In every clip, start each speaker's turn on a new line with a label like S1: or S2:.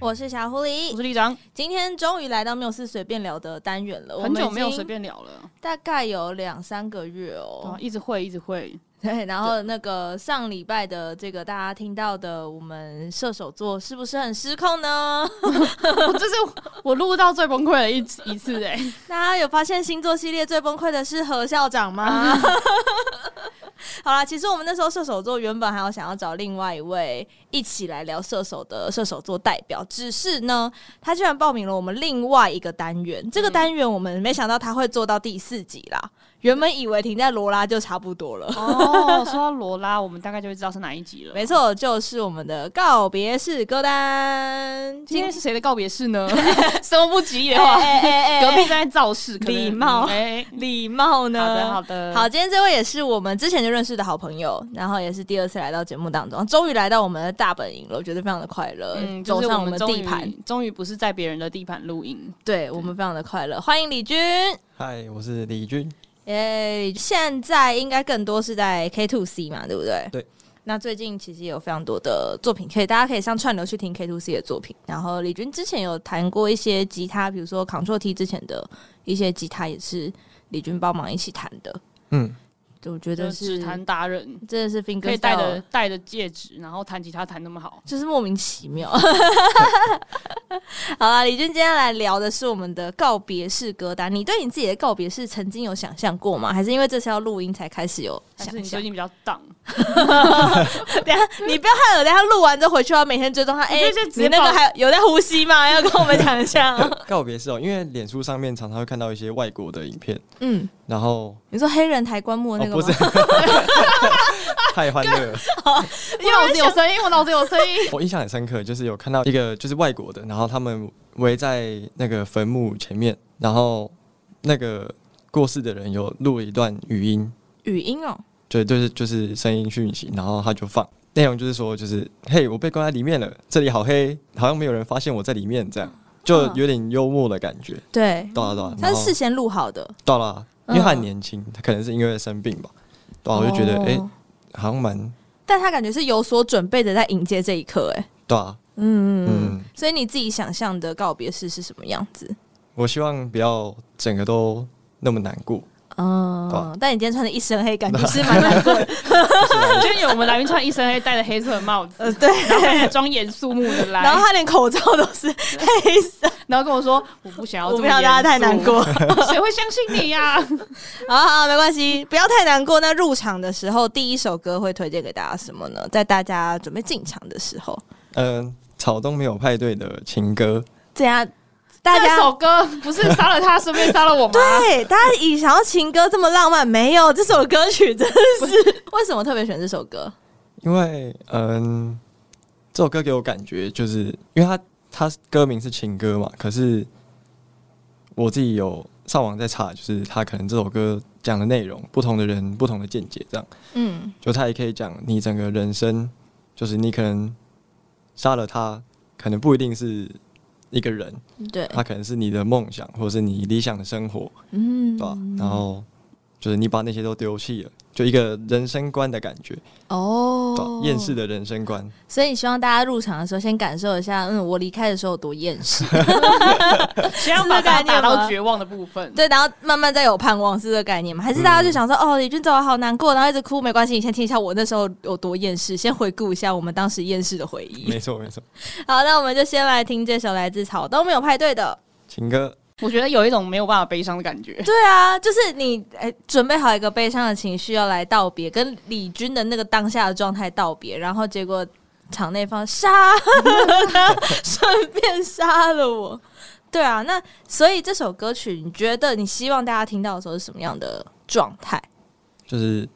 S1: 我是小狐
S2: 我
S1: 狸。
S2: 是立章，
S1: 今天终于来到缪斯随便聊的单元了，我
S2: 很
S1: 们
S2: 久
S1: 已
S2: 没有
S1: 经
S2: 随便聊了，
S1: 大概有两三个月
S2: 啊
S1: 哦，。
S2: 一直会，一直 会，
S1: 对，然后那个上礼拜的这个大家听到的，我们射手座是不是很失控呢？
S2: 我这是我录到最崩溃的一次一次哎、
S1: 大家有发现星座系列最崩溃的是何校长 吗？好啦，其实我们那时候射手座原本还有想要找另外一位一起来聊射手的射手座代表，只是呢，他居然报名了我们另外一个单元。这
S2: 嗯
S1: 个单元我们没想到他会做到第四集啦，原本以为停在罗拉就差不多了。
S2: 哦，说到罗拉，我们大概就会知道是哪一集了。
S1: 没，错，就是我们的告别式歌单。
S2: 今天
S1: 今
S2: 是谁的告别式 呢？生不吉 言
S1: 哎
S2: 话，
S1: 哎哎哎
S2: 隔壁在造势，可能
S1: 礼貌
S2: 嗯哎、嗯
S1: 礼貌呢？
S2: 好的，好的，
S1: 好，今天这位也是我们之前就认识的好朋友，然后也是第二次来到节目当中，终于来到我们的大本营了，我觉得非常的快乐，
S2: 嗯，就
S1: 走
S2: 是
S1: 上
S2: 我
S1: 们
S2: 们
S1: 的
S2: 终
S1: 地
S2: 于
S1: 盘，，
S2: 终于不是在别人的地盘录音。
S1: 对我们非常的快乐，欢迎李军。
S3: 嗨，我是李军。
S1: 耶、现在应该更多是在 K Two C 嘛，对不对？
S3: 对。
S1: 那最近其实也有非常多的作品，可以大家可以上串流去听 K Two C 的作品。然后李军之前有弹过一些吉他，比如说 Control T 之前的一些吉他也是李军帮忙一起弹的，
S3: 嗯，
S1: 就我觉
S2: 就
S1: 得
S2: 是指
S1: 是
S2: 弹达人，
S1: 真的是 finger
S2: 可以戴
S1: style
S2: 着戴着戒指，然后弹吉他弹那么好。
S1: 就是莫名其妙。 好啦，李军今天来聊的是我们的告别式歌单。你对你自己的告别式曾经有想象过吗？还是因为这次要录音才开始有
S2: 但
S1: 想
S2: 是你
S1: 象
S2: 最？近比较荡，
S1: 等一下你不要害我，等一下录完之后回去要每天追踪他。哎、
S2: 就直接
S1: 你那
S2: 报
S1: 个还有有在呼吸 吗？要跟我们讲一下。
S3: 告别式哦，因为脸书上面常常会看到一些外国的影片，
S1: 嗯，
S3: 然后
S1: 你说黑人抬棺木
S3: 哦
S1: 的那个
S3: 不
S1: 吗？
S3: 是， 太欢乐了。
S2: 因为我脑子有声音，我脑子有声音。
S3: 我印象很深刻，就是有看到一个就是外国的，然后他们围在那个坟墓前面，然后那个过世的人有录了一段语音，
S1: 语音哦，
S3: 对，就是就是声音讯息，然后他就放。内容就是说，就是嘿，我被关在里面了，这里好黑，好像没有人发现我在里面，这样就有点幽默的感觉。
S1: 对，
S3: 对啊对啊，
S1: 他
S3: 然
S1: 啊是
S3: 后
S1: 事先录好的。
S3: 到了，因为他
S1: 嗯
S3: 很年轻，他可能是因为生病吧，对、啊，我就觉得
S1: 哦
S3: 哎、诶好像蛮
S1: 但他感觉是有所准备的，在迎接这一刻、哎，
S3: 对啊，
S1: 嗯嗯嗯
S3: 嗯。
S1: 所以你自己想象的告别式是什么样子？
S3: 我希望不要整个都那么难过，
S1: 嗯
S3: 吧，
S1: 但你今天穿的一身黑，感觉 是蛮难过的。
S2: 今天有我们来宾穿一身黑，戴着黑色的帽子，
S1: 呃，对。
S2: 然后还装严肃穆的来，
S1: 然后他连口罩都 是黑色，
S2: 然后跟我说我不想要，
S1: 我不想大家太难，过。
S2: 谁会相信你啊呀、
S1: 好好好，没关系，不要太难过。那入场的时候，第一首歌会推荐给大家什么呢？在大家准备进场的时候，
S3: 嗯、草东没有派对的情歌，
S1: 这样 大
S2: 这
S1: 家
S2: 首歌不是杀了他，顺便杀了我吗？
S1: 对大家以想要情歌这么浪漫，没有这首歌曲真的是 为什么特别选这首歌？
S3: 因为嗯、这首歌给我感觉就是，因为它它歌名是情歌嘛，可是我自己有上网在查，就是它可能这首歌讲的内容，不同的人不同的见解，这样
S1: 嗯，
S3: 就它也可以讲你整个人生，就是你可能杀了他，可能不一定是一个人，
S1: 对，
S3: 它可能是你的梦想，或者是你理想的生活，
S1: 嗯
S3: 对吧？然后就是你把那些都丢弃了，就一个人生观的感觉，对吧
S1: 哦，
S3: 厌世的人生 观。
S1: 所以你希望大家入场的时候先感受一下，嗯，我离开的时候有多厌世，
S2: 先要把大家打到绝望的部分。
S1: 对，然后慢慢再有盼望是这个概念嘛？还是大家就想说，哦，李军走了好难过，然后一直哭，没关系，你先听一下我那时候有多厌世， 先回顾一下我们当时厌世的回忆
S3: 没。错，没错，
S1: 好，那我们就先来听这首来自草东没有派对的。
S3: 情歌
S2: 我觉得有一种没有办法悲伤的感觉。
S1: 对啊，就是你哎，准备好一个悲伤的情绪要来道别，跟李军的那个当下的状态道别，然后结果场内方杀 他，顺便杀了我。对啊，那所以这首歌曲，你觉得你希望大家听到的时候是什么样的状态？
S3: 就是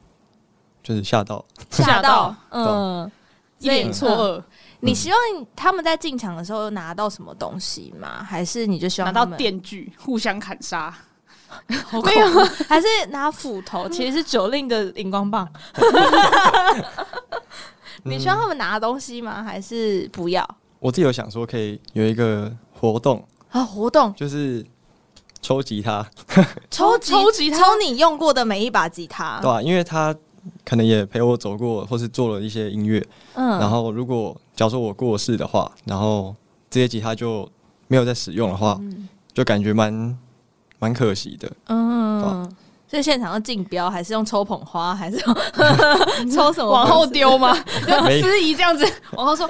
S3: 就是吓到，
S1: 吓
S2: 吓
S1: 到
S2: 到，
S1: 嗯，
S2: 一脸错愕，
S1: 你希望他们在进场的时候有拿到什么东西吗？还是你就希望
S2: 拿到
S1: 他 们，
S2: 电锯互相砍杀，
S1: 没有，还是拿斧头？其实是九令的荧光 棒。你希望他们拿东西吗？
S2: 嗯
S1: 还是不要
S3: 我自己有想说可以有一个活动，
S1: 啊？活动
S3: 就是抽吉他，
S1: 抽
S2: 抽
S1: 吉
S2: 吉他
S1: 抽你用过的每一把吉他
S3: 对。吧？因为他可能也陪我走过，或是做了一些音乐。
S1: 嗯
S3: 然后如果假如说我过世的话，然后这些吉他就没有在使用的话，
S1: 嗯
S3: 就感觉蛮蛮可惜的。
S1: 嗯，所以现场要竞标，还是用抽捧花，还是 用抽什么？
S2: 往后丢吗？
S3: 没
S2: 就司仪这样子 往后说，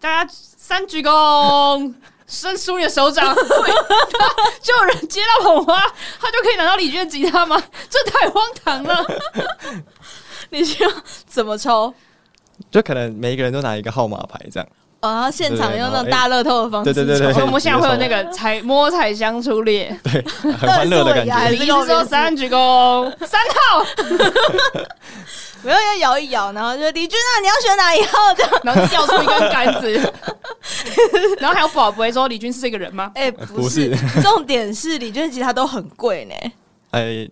S2: 大家三鞠躬。伸出你的手掌，会就有人接到捧花，他就可以拿到李娟吉他吗？这太荒唐了！
S1: 你需要怎么抽？
S3: 就可能每一个人都拿一个号码牌 这样，
S1: 哦，然后现场
S3: 对
S1: 用那种
S3: 然后
S1: 大乐透的方式
S3: 对
S1: 抽，
S3: 对 对对
S2: 我们现在会有那个采摸彩箱出列，
S3: 很欢乐的感
S1: 到底是我压
S3: 觉。
S1: 力
S2: 你是说三鞠躬，三号，
S1: 没有要摇一摇，然后就李俊啊，你要选哪一号 的？
S2: 然后就掉出一根杆子，然后还有宝贝说李军是这个人吗？
S1: 哎、不
S3: 不
S1: 是
S3: 是，
S1: 重点是李俊吉他都很贵呢。
S3: 哎，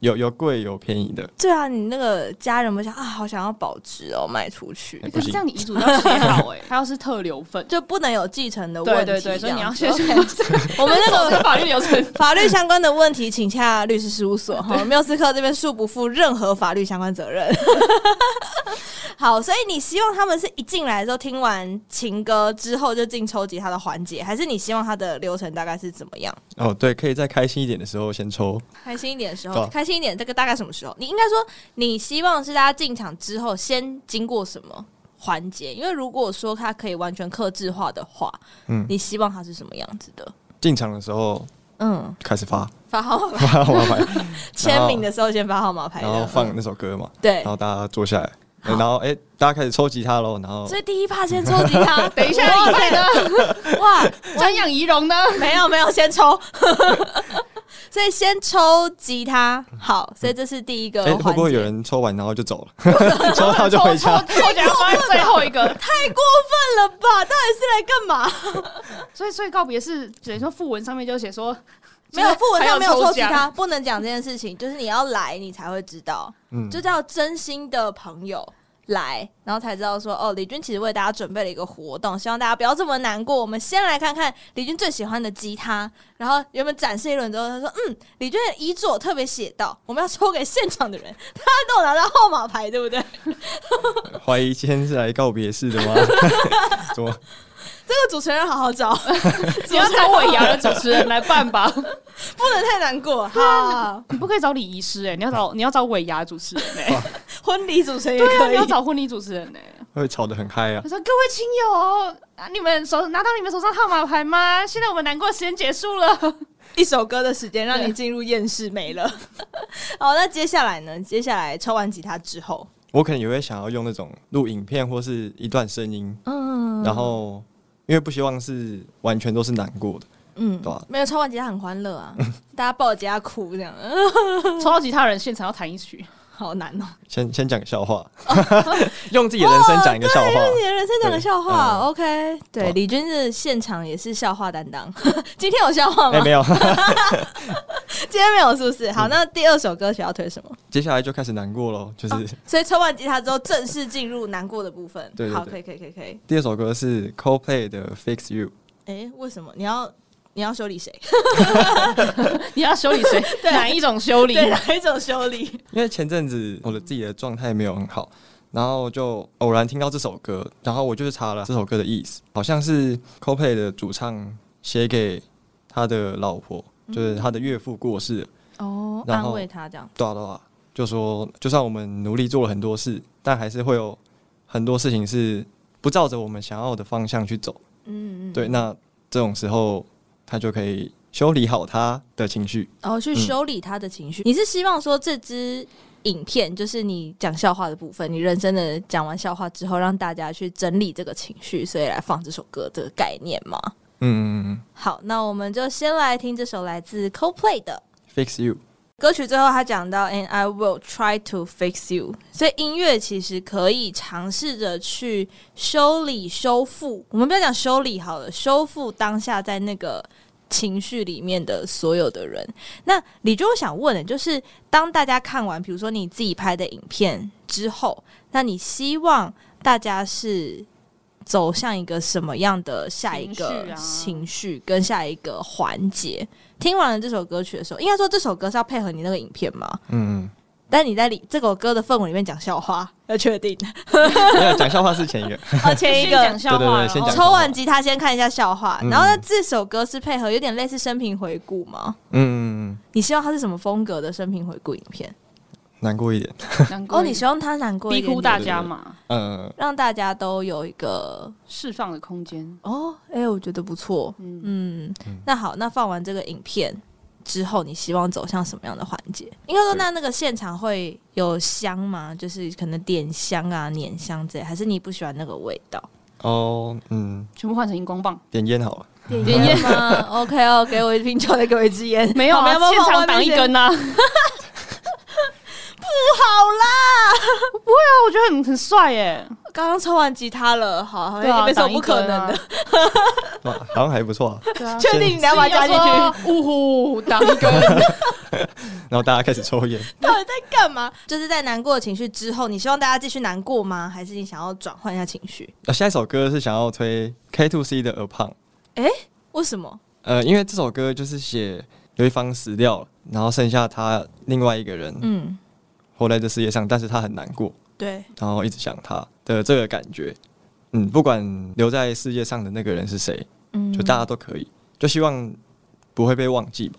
S3: 有有贵有便宜的，
S1: 对啊，你那个家人们想啊，好想要保值哦，卖出去
S3: 哎不
S2: 可是
S3: 行
S2: 这样你遗嘱要写好哎、他要是特留份，
S1: 就不能有继承的问
S2: 对
S1: 题。
S2: 对对，所以你要
S1: 这
S2: 先
S1: 样子
S2: 去
S1: OK 我们那
S2: 走这
S1: 个
S2: 个法律流程。
S1: 法律相关的问题，请洽律师事务所哈。缪斯克这边恕不负任何法律相关责任。 好，所以你希望他们是一进来之后听完情歌之后就进抽吉他的环节，还是你希望他的流程大概是怎么样？
S3: 哦，对，可以在开心一点的时候先抽。
S1: 开心一点的时
S3: 对
S1: 候，
S3: 啊
S1: 开心一点，这个大概什么时候？你应该说，你希望是大家进场之后先经过什么环节？因为如果说它可以完全克制化的话，
S3: 嗯，
S1: 你希望它是什么样子的？
S3: 进场的时候
S1: 嗯，
S3: 开始发
S1: 发号码牌
S3: 发号码 牌，
S1: 签名的时候先发号码牌的，
S3: 然后放
S1: 嗯
S3: 那首歌嘛，
S1: 对
S3: 然。后大家坐下来，哎
S1: 好
S3: 然后哎，大家开始抽吉他喽，然后
S1: 所以第一趴先抽吉 他，
S2: 等一下，你看呢？
S1: 哇，
S2: 瞻仰仪容呢？
S1: 没有没有，先抽。 所以先抽吉他，好，所以这是第一个
S3: 哎，
S1: 环节。
S3: 会不会有人抽完然后就 走了， 抽到就 回家？
S2: 抽抽抽奖放在最后一 个，
S1: 太过分了吧？到底是来干嘛？
S2: 所以所以告别是等于说副文上面就写说
S1: 没有，副文上没有抽吉
S2: 还要
S1: 他，不能讲这件事情，就是你要来，你才会知道，
S3: 嗯，
S1: 就叫真心的朋友来，然后才知道说，哦，李军其实为大家准备了一个活动，希望大家不要这么难过。我们先来看看李军最喜欢的吉他，然后原本展示一轮之后，他说，嗯，李军的遗作特别写到，我们要抽给现场的人，他都有拿到号码牌，对不对？
S3: 怀疑今天是来告别式的吗？ 怎么？
S1: 这个主持人好好找，
S2: 你要找尾牙的主持人来办吧，
S1: 不能太难 过。好好，
S2: 你不可以找礼仪师哎、你要找你要找尾牙主持人哎、
S3: 哦
S1: 婚礼主持人也
S2: 对啊，
S1: 可
S2: 你
S1: 以
S2: 要。找婚礼主持人呢、
S3: 会吵得很嗨啊
S2: 我！说各位亲友，啊你们手拿到你们手上号码牌吗？现在我们难过时间结束 了。
S1: 一首歌的时间让你
S2: 对
S1: 进入厌世没了。 好，那接下来呢？接下来抽完吉他之后，
S3: 我可能也会想要用那种录影片或是一段声音，
S1: 嗯
S3: 然后因为不希望是完全都是难过的，
S1: 嗯
S3: 对啊
S1: 没有抽完吉他很欢乐 啊，大家抱着吉他哭这样，嗯
S2: 抽到吉他人现场要弹一曲，
S1: 好难哦。
S3: 先先讲个 笑话，用自己的人生讲一个笑话
S1: 那。你的人生讲个笑话
S3: 哦嗯
S1: ，OK？对，
S3: 对
S1: 李军的现场也是笑话担当。 今天有笑话
S3: 哎、
S1: 吗？
S3: 没嗯有，
S1: 今天没有，是不是？好，那第二首歌曲要推什么？
S3: 接下来就开始难过咯，就是、
S1: 所以抽完吉他之后，正式进入难过的部分。
S3: 对对
S1: 好，
S3: 对
S1: 可以，可以，可以，可以。
S3: 第二首歌是 Coldplay 的 Fix You，
S1: 哎，为什么你要你要修理谁？
S2: 你要修理 谁？
S1: 对
S2: 哪一种修 理？
S1: 对，哪一种修理？
S3: 因为前阵子我的自己的状态没有很好，然后就偶然听到这首歌，然后我就去查了这首歌的意思，好像是 Coldplay 的主唱写给他的老婆，就是他的岳父过世了
S1: 哦，
S3: 然后
S1: 安慰他这样。
S3: 对啊对啊，就说就算我们努力做了很多事，但还是会有很多事情是不照着我们想要的方向去走。
S1: 嗯，嗯
S3: 对，，那这种时候他就可以修理好他的情绪。
S1: 然后去修理他的情绪。你是希望说这支影片就是你讲笑话的部分，你人生的讲完笑话之后，让大家去整理这个情绪，所以来放这首歌这个概念吗？
S3: 嗯嗯
S1: 好，那我们就先来听这首来自 Coldplay 的。
S3: 嗯，Fix You。
S1: 歌曲最后，他讲到 “and I will try to fix you”，所以音乐其实可以尝试着去修理、修复。我们不要讲修理好了，修复当下在那个情绪里面的所有的人。那李就想问的，就是当大家看完，比如说你自己拍的影片之后，那你希望大家是走向一个什么样的下一
S2: 情
S1: 个
S2: 绪啊
S1: 情绪跟下一个环节？听完了这首歌曲的时候，应该说这首歌是要配合你那个影片嘛？
S3: 嗯嗯，
S1: 但你在里这首歌的氛围里面讲笑话，要确 定。
S3: 没有啊讲笑话是前一个，
S1: 哦，前一
S2: 先讲
S1: 个
S2: 笑话，
S3: 对对对
S2: 然
S3: 先
S2: 后
S3: 讲
S1: 哦抽完吉他先看一下笑话，
S3: 嗯
S1: 然后呢，这首歌是配合有点类似生平回顾吗？
S3: 嗯，
S1: 你希望它是什么风格的生平回顾影片？
S3: 难过一点，
S2: 难过
S1: 哦，你希望它难过一
S2: 嗯逼
S1: 点
S2: 哭
S1: 点
S2: 大家嘛，
S3: 呃，
S1: 让大家都有一个
S2: 释放的空间。
S1: 哦，哎、我觉得不错。
S2: 嗯，
S1: 嗯，那好，那放完这个影片之后，你希望走向什么样的环节？应该说，
S3: 对
S1: 那那个现场会有香吗？就是可能点香啊、捻香之类，还是你不喜欢那个味道？
S3: 哦，嗯，
S2: 全部换成荧光 棒，
S3: 点烟好了，
S1: 点烟吗？OK 哦，给我一 瓶酒，再给我一支烟。
S2: 没有
S1: 好
S2: 啊，
S1: 没有
S2: 现场挡一根。啊。不
S1: 好啦，
S2: 啊，我觉得很很帅耶。
S1: 刚刚抽完吉他了，好，好
S2: 对啊
S1: 像也没什么
S2: 挡一
S1: 不可
S2: 根啊
S1: 能的。
S3: 哇，好像还不错啊。
S2: 对 啊
S1: 确定你 要把它加进去？
S2: 去，呜呼，挡一根。
S3: 然后大家开始 抽烟，
S1: 到底在干嘛？就是在难过的情绪之后，你希望大家继续难过吗？还是你想要转换一下情绪？
S3: 呃，下一首歌是想要推 K Two C 的《耳胖》，
S1: 为什么？
S3: 呃，因为这首歌就是写有一方死掉了，然后剩下他另外一个人
S1: 嗯，
S3: 活在这世界上，但是他很难过，
S1: 对，
S3: 然后一直想他的这个感觉。嗯，不管留在世界上的那个人是谁，
S1: 嗯
S3: 就大家都可以，就希望不会被忘记吧。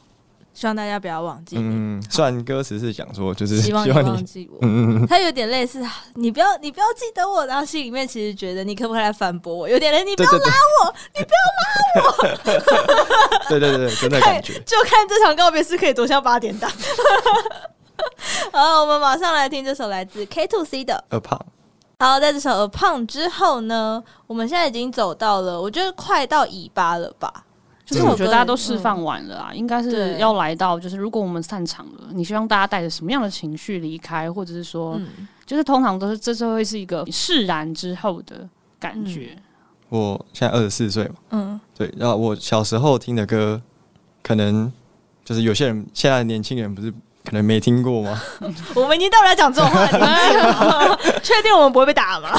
S1: 希望大家不要忘记你，
S3: 嗯，虽然歌词是讲说，就是
S1: 希
S3: 希
S1: 望你
S3: 望
S1: 忘
S3: 你，
S1: 记我。
S3: 嗯嗯嗯，
S1: 他有点类似，啊你不要，你不要记得我，然后心里面其实觉得你可不可以来反驳我？有点类似，你不
S3: 对
S1: 要
S3: 对对， 你不要拉我，你不要拉我，对对对，真的
S1: 看
S3: 感觉，
S1: 就看这场告别是可以多像八点档。 好，我们马上来听这首来自 K Two C 的。
S3: 耳胖，
S1: 好，在这首《耳胖》之后呢，我们现在已经走到了，我觉得快到尾巴了吧？
S2: 就是我觉得大家都释
S1: 嗯
S2: 放完了啊，应该是
S1: 对
S2: 要来到，就是如果我们散场了，你希望大家带着什么样的情绪离开，或者是说，
S1: 嗯
S2: 就是通常都是这就会是一个释然之后的感觉。
S3: 我现在二十四岁嘛，
S1: 嗯，
S3: 对，然后我小时候听的歌，可能就是有些人现在的年轻人不是可能没听过吗？
S1: 我们已经到了讲这种话题了， 确定我们不会被打吗？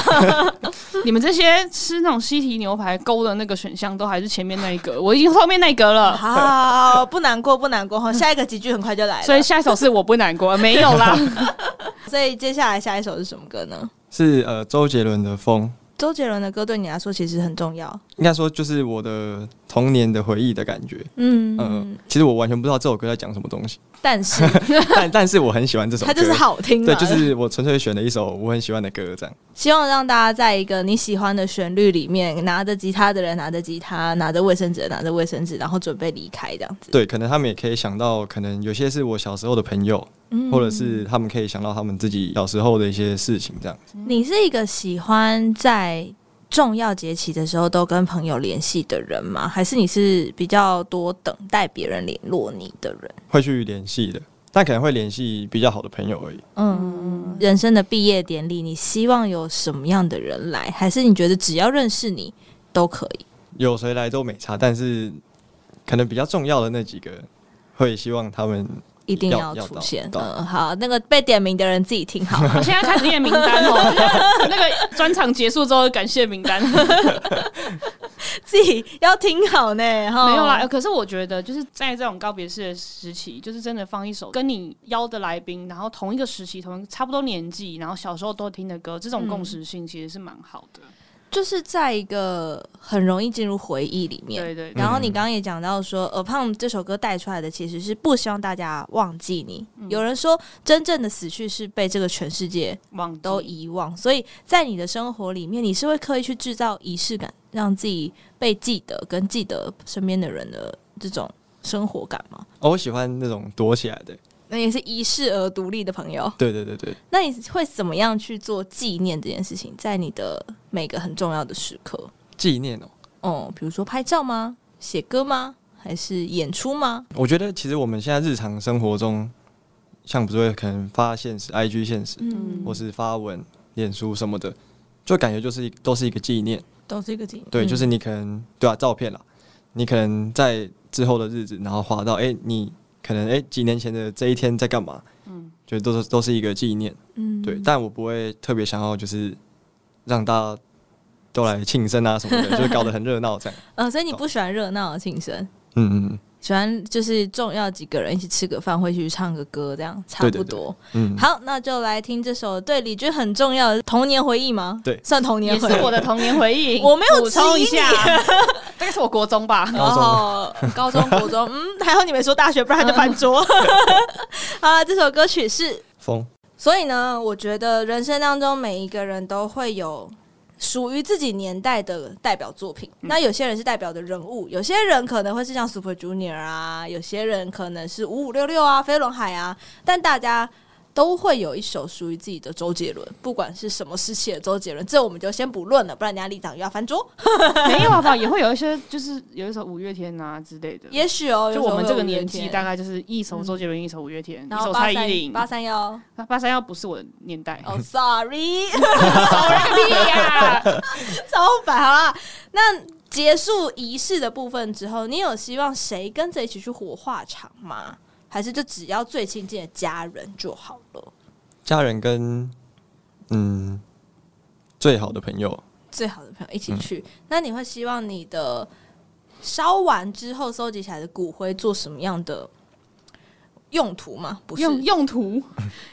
S2: 你们这些吃那种西提牛排勾的那个选项，都还是前面那一格，我已经后面那一格 了。
S1: 好，不难过，不难过哈，下一个几句很快就来了。
S2: 所以下一首是我不难过，没有啦。
S1: 所以接下来下一首是什么歌呢？
S3: 是呃周杰伦的《风》，
S1: 周杰伦的歌对你来说其实很重要。
S3: 应该说就是我的童年的回忆的感觉。
S1: 嗯，
S3: 嗯、其实我完全不知道这首歌在讲什么东西，
S1: 但是
S3: 但但是我很喜欢这首歌，
S1: 它就是好听嘛，
S3: 对，就是我纯粹选了一首我很喜欢的歌，这样。
S1: 希望让大家在一个你喜欢的旋律里面，拿着吉他的人拿着吉他，拿着卫生纸的拿着卫生纸，然后准备离开这样子。
S3: 对，可能他们也可以想到，可能有些是我小时候的朋友，
S1: 嗯
S3: 或者是他们可以想到他们自己小时候的一些事情，这样。
S1: 你是一个喜欢在重要节气的时候都跟朋友联系的人吗？还是你是比较多等待别人联络你的人？
S3: 会去联系的，但可能会联系比较好的朋友而已。
S1: 嗯，人生的毕业典礼，你希望有什么样的人来？还是你觉得只要认识你都可以？
S3: 有谁来都没差，但是可能比较重要的那几个，会希望他们
S1: 一定
S3: 要
S1: 要
S3: 要
S1: 出
S3: 到
S1: 现。
S3: 到
S1: 嗯，好，那个被点名的人自己听好了。
S2: 我现在开始念名单 哦，那个专场结束之后的感谢名 单。
S1: 自己要听好呢，哈，
S2: 没有啦，，呃可是我觉得就是在这种告别式的时期，就是真的放一首跟你邀的来宾，然后同一个时期、同一差不多年纪，然后小时候都听的歌，这种
S1: 嗯
S2: 共识性其实是蛮好的。
S1: 就是在一个很容易进入回忆里面。
S2: 对对对
S1: 然后你刚刚也讲到说，《耳胖》这首歌带出来的其实是不希望大家忘记你。有人说，真正的死去是被这个全世界
S2: 忘记
S1: 都遗忘，所以在你的生活里面，你是会刻意去制造仪式感，让自己被记得，跟记得身边的人的这种生活感吗？
S3: 哦，我喜欢那种躲起来的。
S1: 那也是遗世而独立的朋友。
S3: 对对对对，
S1: 那你会怎么样去做纪念这件事情，在你的每个很重要的时刻？
S3: 纪念哦。
S1: 哦，比如说拍照吗？写歌吗？还是演出吗？
S3: 我觉得其实我们现在日常生活中，像不是会可能发现实、IG 现实，
S1: 嗯，
S3: 或是发文、脸书什么的，就感觉就是一都是一个纪念。
S1: 都是一个纪念。
S3: 对，
S1: 嗯
S3: 就是你可能对啊，照片啦，你可能在之后的日子，然后划到哎、你可能哎、几年前的这一天在干嘛？嗯，就都是都是一个纪念。
S1: 嗯
S3: 对，但我不会特别想要就是让大家都来庆生啊什么的，就是搞得很热闹这样。
S1: 哦呃，所以你不喜欢热闹的庆生。
S3: 嗯嗯，嗯
S1: 喜欢就是重要几个人一起吃个饭，会去唱个歌，这样差不
S3: 对对
S1: 多。
S3: 嗯，
S1: 好，那就来听这首对李军很重要的童年回忆吗？
S3: 对
S1: 算童年
S2: 也是
S1: 回忆。
S2: 我的童年回忆。
S1: 我没有
S2: 补充一
S1: 质疑
S2: 下，大概是我国中吧。
S3: 高中
S1: 哦，高中、国中， 嗯，还好你没说大学，不然就 翻桌。 好了，这首歌曲是，
S3: 风
S1: 所以呢，我觉得人生当中每一个人都会有属于自己年代的代表作品。
S2: 嗯
S1: 那有些人是代表的人物，有些人可能会是像 Super Junior 啊，有些人可能是五五六六啊、飞轮海啊，但大家。都会有一首属于自己的周杰伦，不管是什么时期的周杰伦，这我们就先不论了，不然人家立党又要翻桌。
S2: 没有啊吧？也会有一些，就是有一首五月天啊之类的。
S1: 也许哦，有时
S2: 就
S1: 候
S2: 我们这个
S1: 会有
S2: 年
S1: 一
S2: 纪，
S1: 天
S2: 大概就是一首周杰伦，一首五月天，
S1: 然
S2: 一
S1: 后
S2: 首
S1: 八
S2: 蔡
S1: 三
S2: 依林。
S1: 八三幺，
S2: 嗯八八三幺不是我的年代，
S1: 哦，sorry，
S2: 个屁呀！
S1: 超白好啦。那结束仪式的部分之后，你有希望谁跟着一起去火化场吗？还是就只要最亲近的家人就好了？
S3: 家人跟嗯最好的朋友，
S1: 最好的朋友一起去，
S2: 嗯
S1: 那你会希望你的烧完之后收集起来的骨灰做什么样的用途吗？ 不是，嗯
S2: 用用途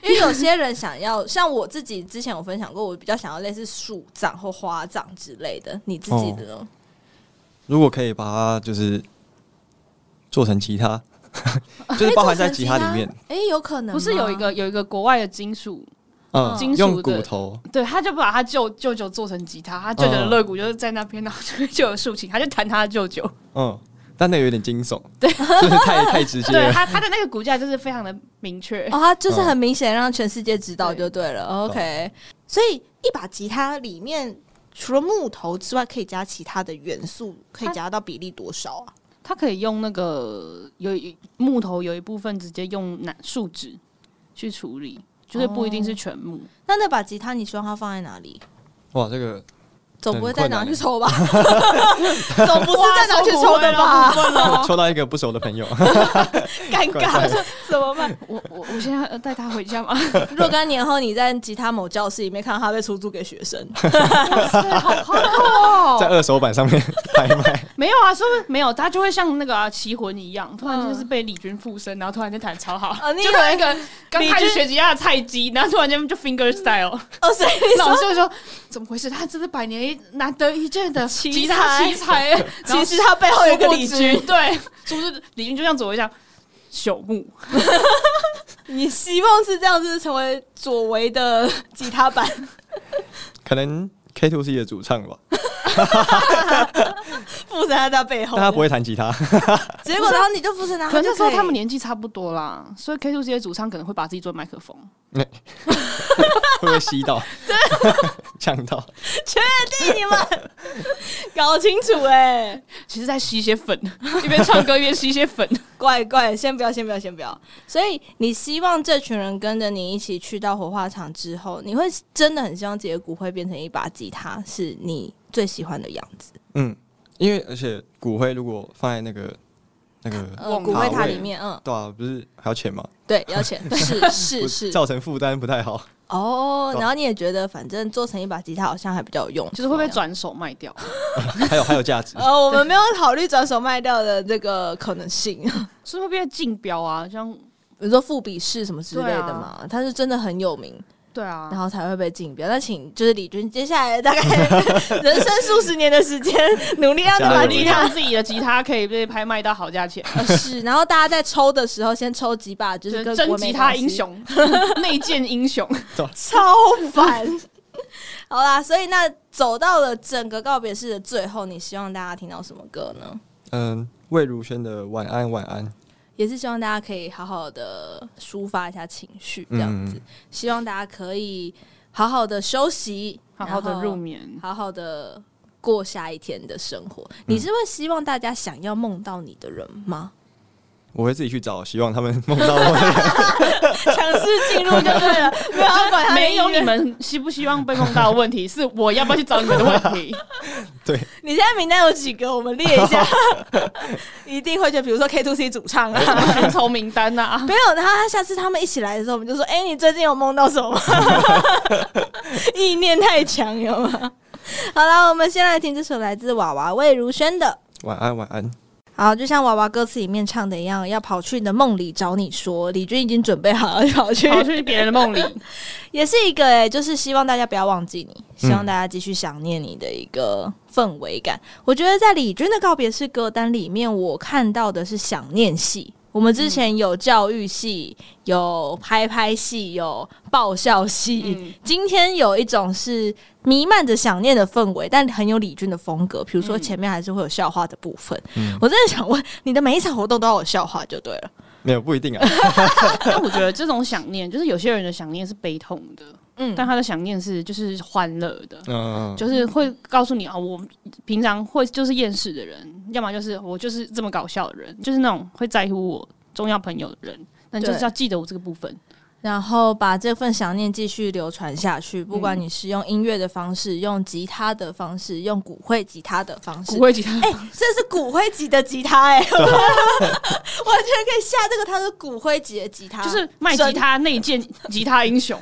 S1: 因为有些人想要， 像我自己之前有分享过，我比较想要类似树葬或花葬之类的。你自己的呢？
S2: 哦
S3: 如果可以把它就是做成吉他， 就是包含在吉他里面，
S1: 哎、有可能吗
S2: 不是有一个有一个国外的金属，
S1: 嗯
S3: 嗯
S2: 金，属
S3: 用
S2: 的
S3: 骨头，
S2: 对，他就把他舅舅舅做成吉他，他舅舅的肋骨就是在那边，然后就就有竖琴，他就弹他的舅舅。
S3: 嗯，但那个有点惊悚，对，就是太太直接
S2: 对
S3: 了，
S2: 他他的那个骨架就是非常的明确，
S1: 哦，它就是
S3: 嗯
S1: 很明显让全世界知道就对了。OK，所以一把吉他里面除了木头之外，可以加其他的元素，可以加到比例多少啊？
S2: 他可以用那个有一木头有一部分直接用楠树脂去处理，就是不一
S1: 哦
S2: 定是全木。
S1: 那那把吉他你希望它放在哪里？
S3: 哇，这个
S1: 总不会再拿
S3: 很困难
S1: 去抽吧？ 总不是再拿去抽的
S2: 哇
S1: 吧？
S3: 抽到一个不熟的朋友，
S1: 尴尬
S3: 怪
S1: 了，怎么办？
S2: 我我我现在要带他回家吗？
S1: 若干年后你在吉他某教室里面看到它被出租给学 生，
S2: 哇塞，好好酷 哦！
S3: 在二手版上面拍卖，
S2: 没有啊，说不定没有，他就会像那个啊棋魂一样，突然间就是被李军附身，然后突然间弹超好，
S1: 哦你以
S2: 就可能
S1: 为
S2: 一个刚
S1: 李
S2: 开始
S1: 军
S2: 学吉他的菜鸡，然后突然间就 finger style。
S1: 哦，所以你
S2: 老
S1: 说
S2: 师就说：“怎么回事？他真是百年一难得一见的吉他
S1: 才
S2: 奇才。 然
S1: 其
S2: 后
S1: 实它背后有一个
S2: 殊不
S1: 李
S2: 知
S1: 军，
S2: 对，殊不知李军就像左一样，朽木。
S1: 你希望是这样子成为左为的吉他版？
S3: 可能 K Two C 的主唱吧，
S1: 附身在他背后
S3: 但，他不会弹吉他，
S1: 结果然后你就附身他，
S2: 可能那时候
S1: 就以
S2: 他们年纪差不多啦，所以 K Two C 的主唱可能会把自己做麦克风。
S3: 会不会吸到？ 呛到，
S1: 确定你们 搞清楚哎、
S2: 其实在吸一些粉， 一边唱歌一边吸一些粉。
S1: 怪怪，先不要，先不要，先不要。所以你希望这群人跟着你一起去到火化场之后，你会真的很希望自己的骨灰变成一把吉他，是你最喜欢的样子。
S3: 嗯，因为而且骨灰如果放在那个那个
S1: 呃，
S2: 瓮
S1: 骨灰
S3: 塔
S1: 塔
S3: 位
S1: 里面，嗯，
S3: 对啊，不是还要钱吗？
S1: 对，要钱，是
S3: 不
S1: 是 是，
S3: 造成负担不太好。
S1: 哦。然后你也觉得，反正做成一把吉他好像还比较有用，
S2: 就是会被转手卖掉，
S3: 还有还有价值，
S1: 呃，我们没有考虑转手卖掉的这个可能 性。
S2: 是会被竞标啊，像
S1: 比如说富比士什么之类的嘛，它是真的很有名，
S2: 对
S1: 然
S2: 啊，
S1: 后才会被竞标。那请就是李军接下来大概 人生数十年的时 间，努力让这把
S3: 加油
S1: 吉
S2: 你
S1: 他
S2: 看自己的吉他可以被拍卖到好价钱，
S1: 呃是，然后大家在抽的时候先抽几把，就
S2: 就是是
S1: 跟
S2: 真
S1: 国美
S2: 吉他
S1: 关系
S2: 英，雄、内建英雄。
S1: 超烦。好啦，所以那走到了整个告别式的最后，你希望大家听到什么歌呢？
S3: 嗯，魏如萱的《晚安晚安》，
S1: 也是希望大家可以好好的抒发一下情绪，这样子。
S3: 嗯，
S1: 希望大家可以好好的休息，
S2: 好好的
S1: 然后
S2: 入眠，
S1: 好好的过下一天的生活。
S2: 嗯
S1: 你是会希望大家想要梦到你的人 吗？
S3: 我会自己去找，希望他们梦到我。
S1: 强势进入就 对了，没有要管他的意愿
S2: 没有你。们希不希望被梦到的问题，是我要不要去找你们的问题。
S3: 对，
S1: 你现在名单有几个？我们列一 下，一定会就比如说 K Two C 主唱啊。
S2: 寻仇名单呐、啊，
S1: 没有，然后他下次他们一起来的时候，我们就说：“哎、你最近有梦到什么 吗？”意念太强，有吗？好了，我们先来听这首来自娃娃魏如萱的
S3: 晚安晚安，
S1: 好，就像娃娃歌词里面唱的一样，要跑去你的梦里找你说。李军已经准备好要跑去，
S2: 跑去别人的梦里，
S1: 也是一个哎、就是希望大家不要忘记你，希
S2: 嗯
S1: 望大家继续想念你的一个氛围感。我觉得在李军的告别式歌单里面，我看到的是想念系。我们之前有教育系，有拍拍系，有爆笑系，
S2: 嗯
S1: 今天有一种是弥漫着想念的氛围，但很有李军的风格。比如说
S2: 嗯
S1: 前面还是会有笑话的部分。
S3: 嗯
S1: 我真的想问，你的每一场活动都要有笑话就对了。
S3: 没有不一定啊。
S2: 但我觉得这种想念，就是有些人的想念是悲痛的，
S1: 嗯
S2: 但他的想念是就是欢乐的，
S3: 嗯，
S2: 就是会告诉你啊，我平常会就是厌世的人，要么就是我就是这么搞笑的人，就是那种会在乎我重要朋友的人，但就是
S1: 对
S2: 要记得我这个部分。
S1: 然后把这份想念继续流传下去，不
S2: 嗯
S1: 管你是用音乐的方式、用吉他的方式、用骨灰吉他的方式
S2: 骨，灰吉他，
S1: 哎、这是骨灰级的吉他 哎、完全可以下这个，它是骨灰级的吉他，
S2: 哎 就是卖吉他内建
S1: 哎
S2: 吉他英雄。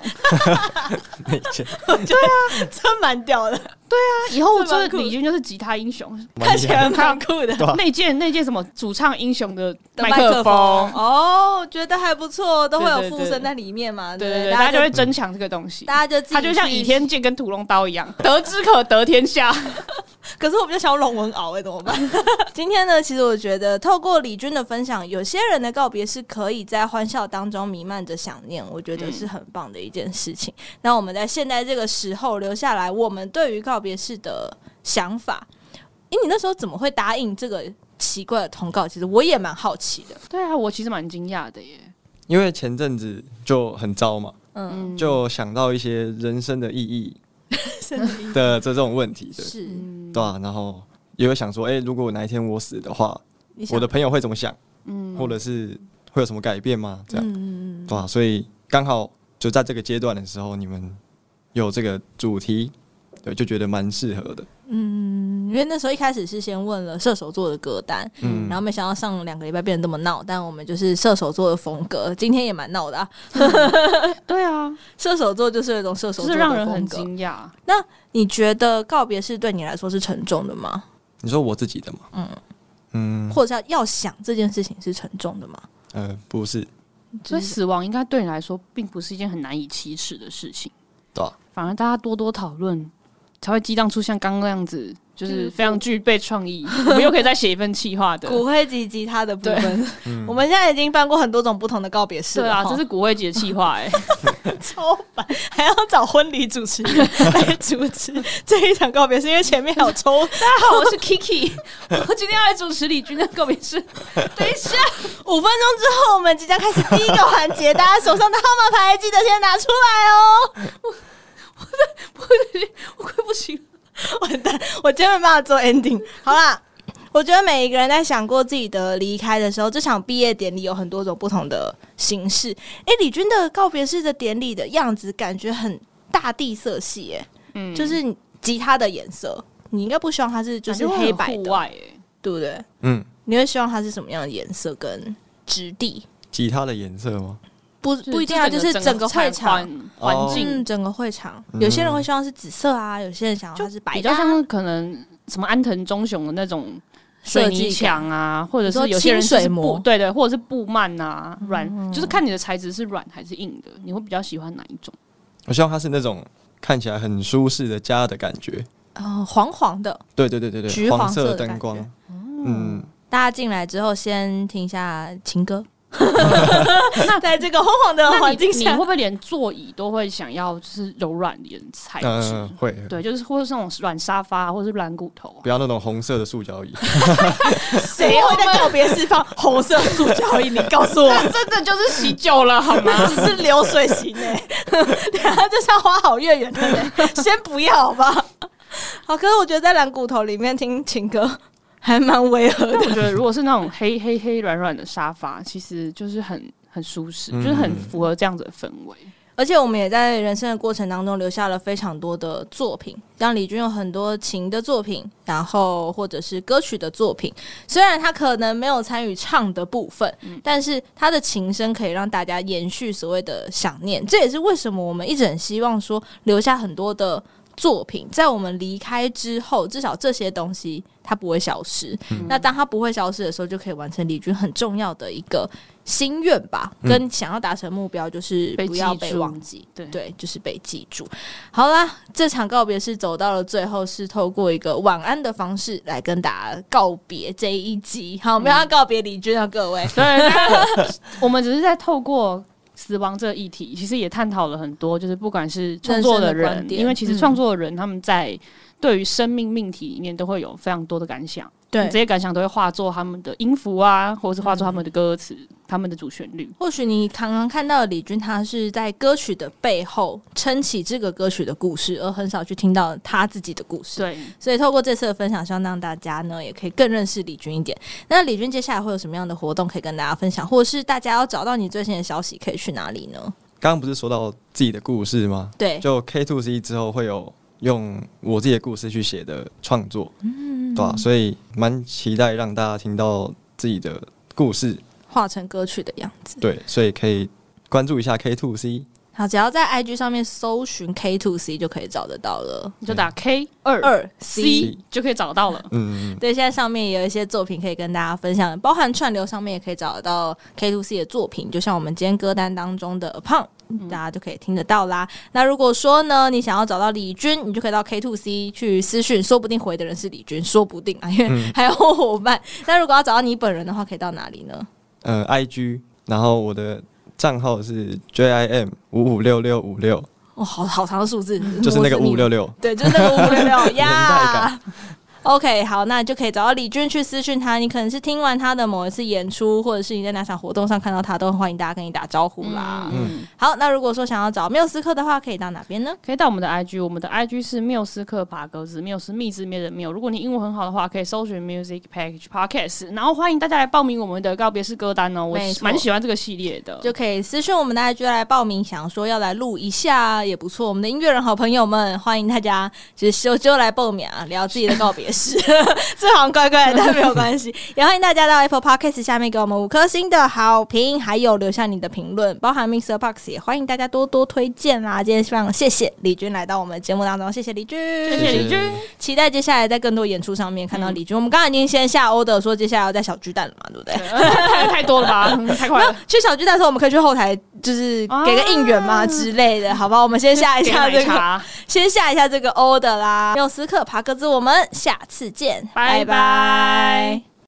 S3: 那一件
S1: 真蛮屌 的，
S2: 以后
S1: 这蛮
S2: 这
S1: 酷
S2: 个李军就是吉他英雄，
S1: 看
S3: 蛮
S1: 起
S3: 厉
S1: 来
S3: 害的。
S1: 蛮酷的。
S3: 对吧？
S2: 内建内建什么主唱英雄的
S1: 的
S2: 麦克风。
S1: 哦，觉得还不错，都会有
S2: 对对对
S1: 附身在里面嘛，
S2: 对
S1: 不
S2: 对对，
S1: 大
S2: 大家
S1: 家
S2: 就会
S1: 就
S2: 争抢这个东西。
S1: 大家就自己
S2: 他就像
S1: 去
S2: 倚天，剑跟屠龙刀一样，得之可得天下。
S1: 可是我比较想要龙文敖哎，怎么办？今天呢，其实我觉得透过李军的分享，有些人的告别是可以在欢笑当中弥漫着想念，我觉得是很棒的一件事情。那我们在现在这个时候留下来，我们对于告别式的想法，诶，你那时候怎么会答应这个奇怪的通告？其实我也蛮好奇的。
S2: 对啊，我其实蛮惊讶的耶。
S3: 因为前阵子就很糟嘛，
S1: 嗯，
S3: 就想到一些人生的意义的这种问题，对
S1: 是
S2: 嗯
S3: 对啊，然后也有想说，哎、如果哪一天我死的话，
S1: 你想
S3: 我的朋友会怎么想，
S2: 嗯
S3: 或者是会有什么改变吗？这样、
S1: 嗯嗯嗯
S3: 对啊，所以刚好就在这个阶段的时候，你们有这个主题，对，就觉得蛮适合的。
S1: 嗯，因为那时候一开始是先问了射手座的歌单，
S3: 嗯
S1: 然后没想到上两个礼拜变得这么闹，但我们就是射手座的风格，今天也蛮闹的、啊。
S2: 对啊，
S1: 射手座就是有一种射手
S2: 就
S1: 座
S2: 是让人很
S1: 的风格。
S2: 惊讶。
S1: 你觉得告别式对你来说是沉重的吗？
S3: 你说我自己的嘛，嗯嗯，
S1: 或者是要要想这件事情是沉重的吗？
S3: 呃，不是，
S2: 所以死亡应该对你来说，并不是一件很难以启齿的事情，
S3: 对啊，
S2: 反而大家多多讨论，才会激荡出像刚刚那样子，就是非常具备创意。我们又可以再写一份企划 的。
S1: 骨灰级吉他的部 分，我们现在已经办过很多种不同的告别式
S2: 对
S1: 了
S2: 啊，
S1: 齁
S2: 这是骨灰级的企划 哎。
S1: 超烦，还要找婚礼主持人来主持这一场告别式，因为前面还有 抽
S2: 大家好，我是 Kiki，我今天要来主持李军的告别式。等一下，
S1: 五分钟之后，我们即将开始第一个环节，大家手上的号码牌记得先拿出来哦。
S2: 我快不行了。
S1: 完蛋， 我今天没办法做 ending。好啦，我觉得每一个人在想过自己的离开的时候，这场毕业典礼有很多种不同的形式。诶，李军的告别式的典礼的样子，感觉很大地色系、诶，
S2: 嗯
S1: 就是吉他的颜色，你应该不希望它是就是黑白
S2: 户
S1: 的，
S2: 外哎。
S1: 对不对？
S3: 嗯，
S1: 你会希望它是什么样的颜色跟质地？
S3: 吉他的颜色吗？
S1: 不不一定要，
S2: 啊
S1: 就是整个会场。
S2: 环
S3: 哦
S2: 境，
S1: 嗯，整个会场，
S3: 嗯
S1: 有些人会希望是紫色啊，有些人想要它
S2: 就是
S1: 白
S2: 比
S1: 的啊、
S2: 较像可能什么安藤忠雄的那种水泥墙啊，或者
S1: 你
S2: 是
S1: 说
S2: 有些人
S1: 清水
S2: 是布
S1: 模嗯
S2: 对对，或者是布幔啊，软、就是看你的材质是软还是硬的，你会比较喜欢哪一种？
S3: 我希望它是那种看起来很舒适的家的感觉。
S1: 呃黄黄的。
S3: 对对对对
S1: 橘
S3: 对，
S1: 黄
S3: 黄
S1: 色的感
S3: 灯
S1: 觉
S3: 光，嗯，
S1: 大家进来之后，先听一下情 歌。那在这个昏黄的
S2: 那
S1: 环
S2: 你
S1: 境
S2: 你会
S1: 下
S2: 不，会连座椅都会想要就是柔软一点的材质？
S3: 嗯，会
S2: 对，就是或者是那种软沙发，或者是软骨头啊、
S3: 不要那种红色的塑胶椅，
S1: 谁会在告别释放红色塑胶椅？你告诉我，
S2: 真的就是喜酒了，好吗？
S1: 是流水 型哎、等下就像花好月圆的嘞，先不要好吧？好，可是我觉得在蓝骨头里面听情歌还蛮违和的
S2: 但。我觉得如果是那种黑黑黑软软的沙发，其实就是很很舒适，
S3: 嗯
S2: 就是很符合这样子的氛围。
S1: 而且我们也在人生的过程当中留下了非常多的作品，像李军有很多琴的作品，然后或者是歌曲的作品。虽然他可能没有参与唱的部分，但是他的琴声可以让大家延续所谓的想念。这也是为什么我们一直很希望说留下很多的作品在我们离开之后，至少这些东西它不会消失。那当它不会消失的时候，就可以完成李军很重要的一个心愿吧，
S3: 嗯
S1: 跟想要达成目标，就是
S2: 被
S1: 不要
S2: 记
S1: 被
S2: 住
S1: 忘记。
S2: 对
S1: 对，就是被记住。好啦，这场告别是走到了最后，是透过一个晚安的方式来跟大家告别这一集。好，我们要告别李军啊，各位。
S2: 对，但我们只是在透过死亡这议题，其实也探讨了很多，就是不管是创作的
S1: 人生的
S2: 人
S1: 观，点
S2: 因为其实创作的人他们在对于生命命题里面都会有非常多的感想，
S1: 对
S2: 这些感想都会化作他们的音符啊，或者是化作他们的歌词、他们的主旋律。
S1: 或许你常常看到的李军，他是在歌曲的背后撑起这个歌曲的故事，而很少去听到他自己的故事。
S2: 对，
S1: 所以透过这次的分享，希望让大家呢也可以更认识李军一点。那李军接下来会有什么样的活动可以跟大家分享，或者是大家要找到你最新的消息，可以去哪里呢？
S3: 刚刚不是说到自己的故事吗？
S1: 对，
S3: 就 K Two C 之后会有用我自己的故事去写的创作，
S1: 嗯
S3: 对吧、所以蛮期待让大家听到自己的故事，
S1: 画成歌曲的样子。
S3: 对，所以可以关注一下 K Two C。
S1: 好，只要在 IG 上面搜寻 K Two C 就可以找得到了。
S2: 你就打 K 二
S1: 二 C。
S2: C 就可以找到了。
S3: 嗯，
S1: 对，现在上面也有一些作品可以跟大家分享，包含串流上面也可以找得到 K Two C 的作品，就像我们今天歌单当中的胖。大家就可以听得到啦。那如果说呢，你想要找到李军，你就可以到 K Two C 去私讯，说不定回的人是李军，说不定啊，因
S3: 嗯
S1: 为还有伙伴。那如果要找到你本人的话，可以到哪里呢？
S3: 呃，I G，然后我的账号是 J I M 五五六六五六，
S1: 哦，好好长的数 字，
S3: 就是那个
S1: 我
S3: 五六六。
S1: 对，就是那个五六六
S3: 代
S1: 呀
S3: 感。
S1: OK，好，那就可以找到李俊去私讯他。你可能是听完他的某一次演出，或者是你在哪场活动上看到他，都欢迎大家跟你打招呼啦。
S2: 嗯，
S1: 好，那如果说想要找缪斯克的话，可以到哪边呢？
S2: 可以到我们的 IG，我们的 IG 是缪斯克爬格子，缪是密字灭的缪。如果你英文很好的话，可以搜寻 Music Package Podcast，然后欢迎大家来报名我们的告别式歌单哦。我
S1: 没错
S2: 蛮喜欢这个系列的，
S1: 就可以私讯我们的 IG 来报名，想说要来录一下也不错。我们的音乐人好朋友们，欢迎大家就是就就来报名啊，聊自己的告别式， 这好像怪怪的，但没有关系。也欢迎大家到 Apple Podcast 下面给我们五颗星的好评，还有留下你的评论，包含 Mixer Box 也欢迎大家多多推荐啦。今天非常谢谢李军来到我们节目当中，谢谢李军，
S2: 谢谢李军，
S1: 期待接下来在更多演出上面看到李军。我们刚刚已经先下 order 说接下来要在小巨蛋了嘛，对不对？
S2: 太太多了吧，嗯太快 了。
S1: 去小巨蛋的时候，我们可以去后台，就是
S2: 啊
S1: 给个应援嘛之类的，好吧？我们先下一下这
S2: 给奶
S1: 个，
S2: 茶
S1: 先下一下这个 order 啦。缪斯克爬格子，我们下次见，
S2: 拜拜